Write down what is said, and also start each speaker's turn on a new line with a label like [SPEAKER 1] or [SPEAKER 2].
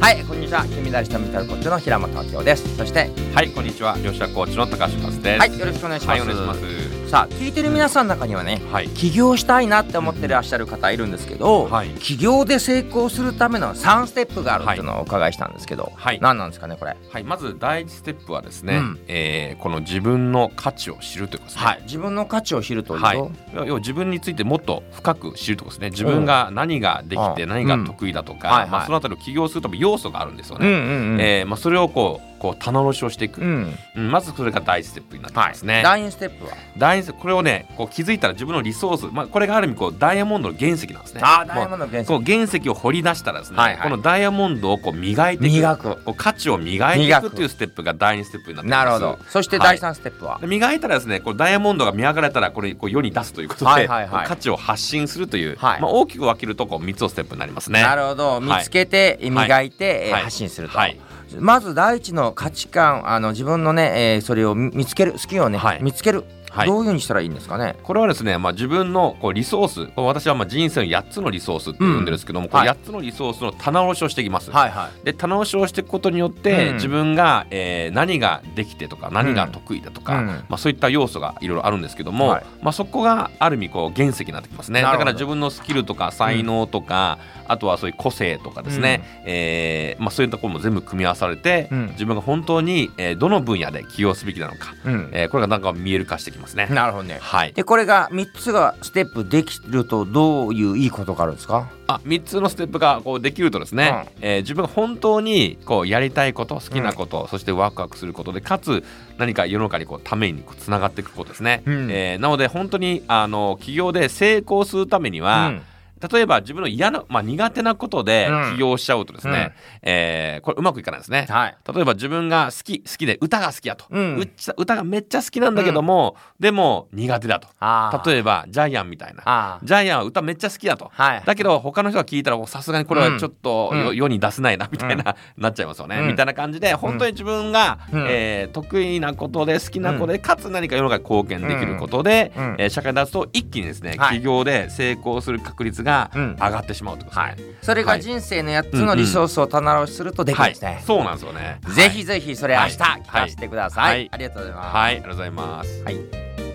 [SPEAKER 1] はいこんにちは君大師のメタルコーチの平間東京ですそして
[SPEAKER 2] はい、こんにちは。吉田コーチの高橋勝です。
[SPEAKER 1] はいよろしくお願いしま
[SPEAKER 2] はい、
[SPEAKER 1] す,、
[SPEAKER 2] お願いします。
[SPEAKER 1] さあ聞いてる皆さんの中にはね
[SPEAKER 2] はい。
[SPEAKER 1] 起業したいなって思ってらっしゃる方いるんですけど、
[SPEAKER 2] はい
[SPEAKER 1] 起業で成功するための3ステップがあるっていうのをお伺いしたんですけど、
[SPEAKER 2] はい
[SPEAKER 1] 何なんですかねこれ、
[SPEAKER 2] はい、まず第一ステップはですね、
[SPEAKER 1] うん
[SPEAKER 2] えーこの自分の価値を知るということですね。
[SPEAKER 1] はい、自分の価値を知るというと、
[SPEAKER 2] はい、要要は自分についてもっと深く知るということですね自分が何ができ
[SPEAKER 1] う
[SPEAKER 2] て
[SPEAKER 1] ん
[SPEAKER 2] 何が得意だと
[SPEAKER 1] うんはいは
[SPEAKER 2] か、
[SPEAKER 1] い
[SPEAKER 2] まあ、そのあたりを起業するための要素があるんですよ
[SPEAKER 1] うんう
[SPEAKER 2] ね、
[SPEAKER 1] んうん、
[SPEAKER 2] えーまあ、それをこうこう棚卸しをしていく、
[SPEAKER 1] うん
[SPEAKER 2] うんまずそれが第一ステップになってき
[SPEAKER 1] は
[SPEAKER 2] ま
[SPEAKER 1] い
[SPEAKER 2] すね、
[SPEAKER 1] 第二ステップは
[SPEAKER 2] 第一ステップこれをねこう気づいたら自分のリソース、まあ、これがある意味こうダイヤモンドの原石なんですね
[SPEAKER 1] あーダイヤモンドの原石
[SPEAKER 2] こう原石を掘り出したらですね、
[SPEAKER 1] はいはい
[SPEAKER 2] このダイヤモンドをこう磨いていく
[SPEAKER 1] 磨く
[SPEAKER 2] こう価値を磨いてい
[SPEAKER 1] 磨く
[SPEAKER 2] くというステップが第二ステップになってま
[SPEAKER 1] な
[SPEAKER 2] す
[SPEAKER 1] るほどそして
[SPEAKER 2] は
[SPEAKER 1] 第
[SPEAKER 2] い
[SPEAKER 1] 三ステップは、
[SPEAKER 2] で磨いたらですねこうダイヤモンドが磨かれたらこれこう世に出すということで、
[SPEAKER 1] はいはいはい
[SPEAKER 2] 価値を発信するという、
[SPEAKER 1] はい
[SPEAKER 2] まあ、大きく分けるとこう3つのステップになりますね。
[SPEAKER 1] なるほど見つけて、
[SPEAKER 2] い
[SPEAKER 1] 磨いて、えー
[SPEAKER 2] はい
[SPEAKER 1] 発信すると、
[SPEAKER 2] はい
[SPEAKER 1] まず第一の価値観あの自分のね、えーそれを見見つける好きをね、
[SPEAKER 2] はい
[SPEAKER 1] 見つける、
[SPEAKER 2] はい
[SPEAKER 1] どういうふうにしたらいいんですかね
[SPEAKER 2] これはですね、まあ、自分のこうリソースこう私はまあ人生の8つのリソースって呼んでるんですけども、
[SPEAKER 1] ん
[SPEAKER 2] この
[SPEAKER 1] はい
[SPEAKER 2] 8つのリソースの棚卸しをしていきます。
[SPEAKER 1] いはい
[SPEAKER 2] で棚卸しをしていくことによって、
[SPEAKER 1] うん
[SPEAKER 2] 自分が、えー何ができてとか何が得意だとか、
[SPEAKER 1] うん
[SPEAKER 2] まあ、そういった要素がいろいろあるんですけども、
[SPEAKER 1] はい
[SPEAKER 2] まあ、そこがある意味こう原石になってきますね
[SPEAKER 1] なる
[SPEAKER 2] だ
[SPEAKER 1] ほど
[SPEAKER 2] から自分のスキルとか才能とか、あとはそういう個性とかですね、えーまあ、そういうところも全部組み合わされて、
[SPEAKER 1] うん
[SPEAKER 2] 自分が本当に、えーどの分野で起用すべきなのか、
[SPEAKER 1] うん
[SPEAKER 2] えーこれがなんか見える化してきますね。
[SPEAKER 1] なるほどね
[SPEAKER 2] はい、
[SPEAKER 1] でこれが3つがステップできるとどういういいことがあるんですか
[SPEAKER 2] あ3つのステップがこうできるとですね、えー自分が本当にこうやりたいこと好きなこと、そしてワクワクすることでかつ何か世の中にこうためにつながっていくことですね、
[SPEAKER 1] うん
[SPEAKER 2] えーなので本当にあの起業で成功するためには、
[SPEAKER 1] うん
[SPEAKER 2] 例えば自分の嫌な、まあ、苦手なことで
[SPEAKER 1] うん
[SPEAKER 2] 起業しちゃうとですね、えーこれうまくいかないですね、
[SPEAKER 1] はい
[SPEAKER 2] 例えば自分が好き好きで歌が好きやと、
[SPEAKER 1] うん
[SPEAKER 2] うっちゃ歌がめっちゃ好きなんだけども、でも苦手だと
[SPEAKER 1] あえ
[SPEAKER 2] 例えばジャイアンみたいな
[SPEAKER 1] あー
[SPEAKER 2] ジャイアンは歌めっちゃ好きだと。
[SPEAKER 1] はい
[SPEAKER 2] だけど他の人が聞いたらもうさすがにこれはちょっと
[SPEAKER 1] うん
[SPEAKER 2] よ
[SPEAKER 1] うん
[SPEAKER 2] 世に出せないなみたいな、なっちゃいますよね、
[SPEAKER 1] うん
[SPEAKER 2] みたいな感じで本当に自分が、
[SPEAKER 1] うん
[SPEAKER 2] えー得意なことで好きなことで、かつ何か世の中に貢献できることで、
[SPEAKER 1] うんうん
[SPEAKER 2] えー社会に出すと一気にですね、
[SPEAKER 1] はい
[SPEAKER 2] 起業で成功する確率が
[SPEAKER 1] うん
[SPEAKER 2] 上がってしまうってことですね。
[SPEAKER 1] それ
[SPEAKER 2] は
[SPEAKER 1] が
[SPEAKER 2] い
[SPEAKER 1] 人生の8つのリソースを棚卸しするとできるん
[SPEAKER 2] はい
[SPEAKER 1] ですね、
[SPEAKER 2] そうなんですよね。
[SPEAKER 1] ぜひぜひそれ明日
[SPEAKER 2] はい
[SPEAKER 1] 聞かせてください、
[SPEAKER 2] はい
[SPEAKER 1] ありがとうございます、
[SPEAKER 2] はい、はい、ありがとうございます。
[SPEAKER 1] はい